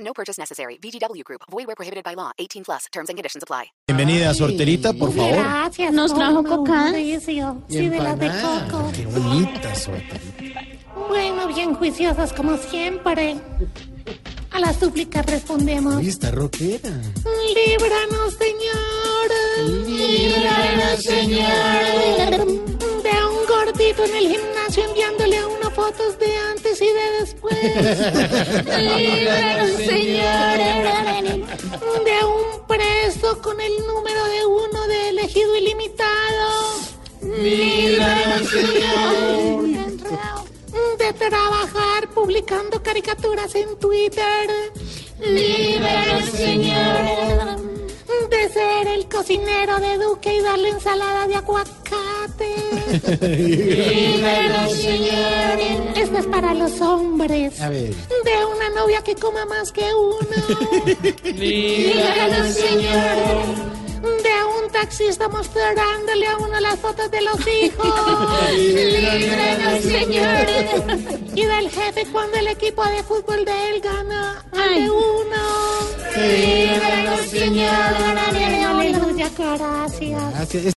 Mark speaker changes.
Speaker 1: No purchase necessary. VGW Group. Void where prohibited by law. 18 plus. Terms and conditions apply.
Speaker 2: Bienvenida, sorterita, por favor.
Speaker 3: Gracias.
Speaker 4: Nos trajo coca.
Speaker 3: Un juicio. Sí, de las de coco.
Speaker 2: Qué bonita, sorterita.
Speaker 3: Bueno, bien juiciosas como siempre. A las súplicas respondemos.
Speaker 2: Uy, está rockera.
Speaker 3: Líbranos, Señor.
Speaker 2: Líbranos,
Speaker 3: Señor. De un gordito en el gimnasio enviándole a uno fotos de antes y de después. Líbranos, Señor. De un preso con el número de uno de elegido ilimitado. Líbranos, Señor. De trabajar publicando caricaturas en Twitter. Líbranos, Señor. De ser el cocinero de Duque y darle ensalada de aguacate. Líbranos, Señor. Esto es para los hombres.
Speaker 2: A ver.
Speaker 3: De una novia que coma más que uno. Líbranos, Señor. De un taxista mostrándole a uno las fotos de los hijos. Líbranos, Señor. Y del jefe cuando el equipo de fútbol de él gana a de uno. Líbranos, Señor. Aleluya, gracias.
Speaker 2: Gracias.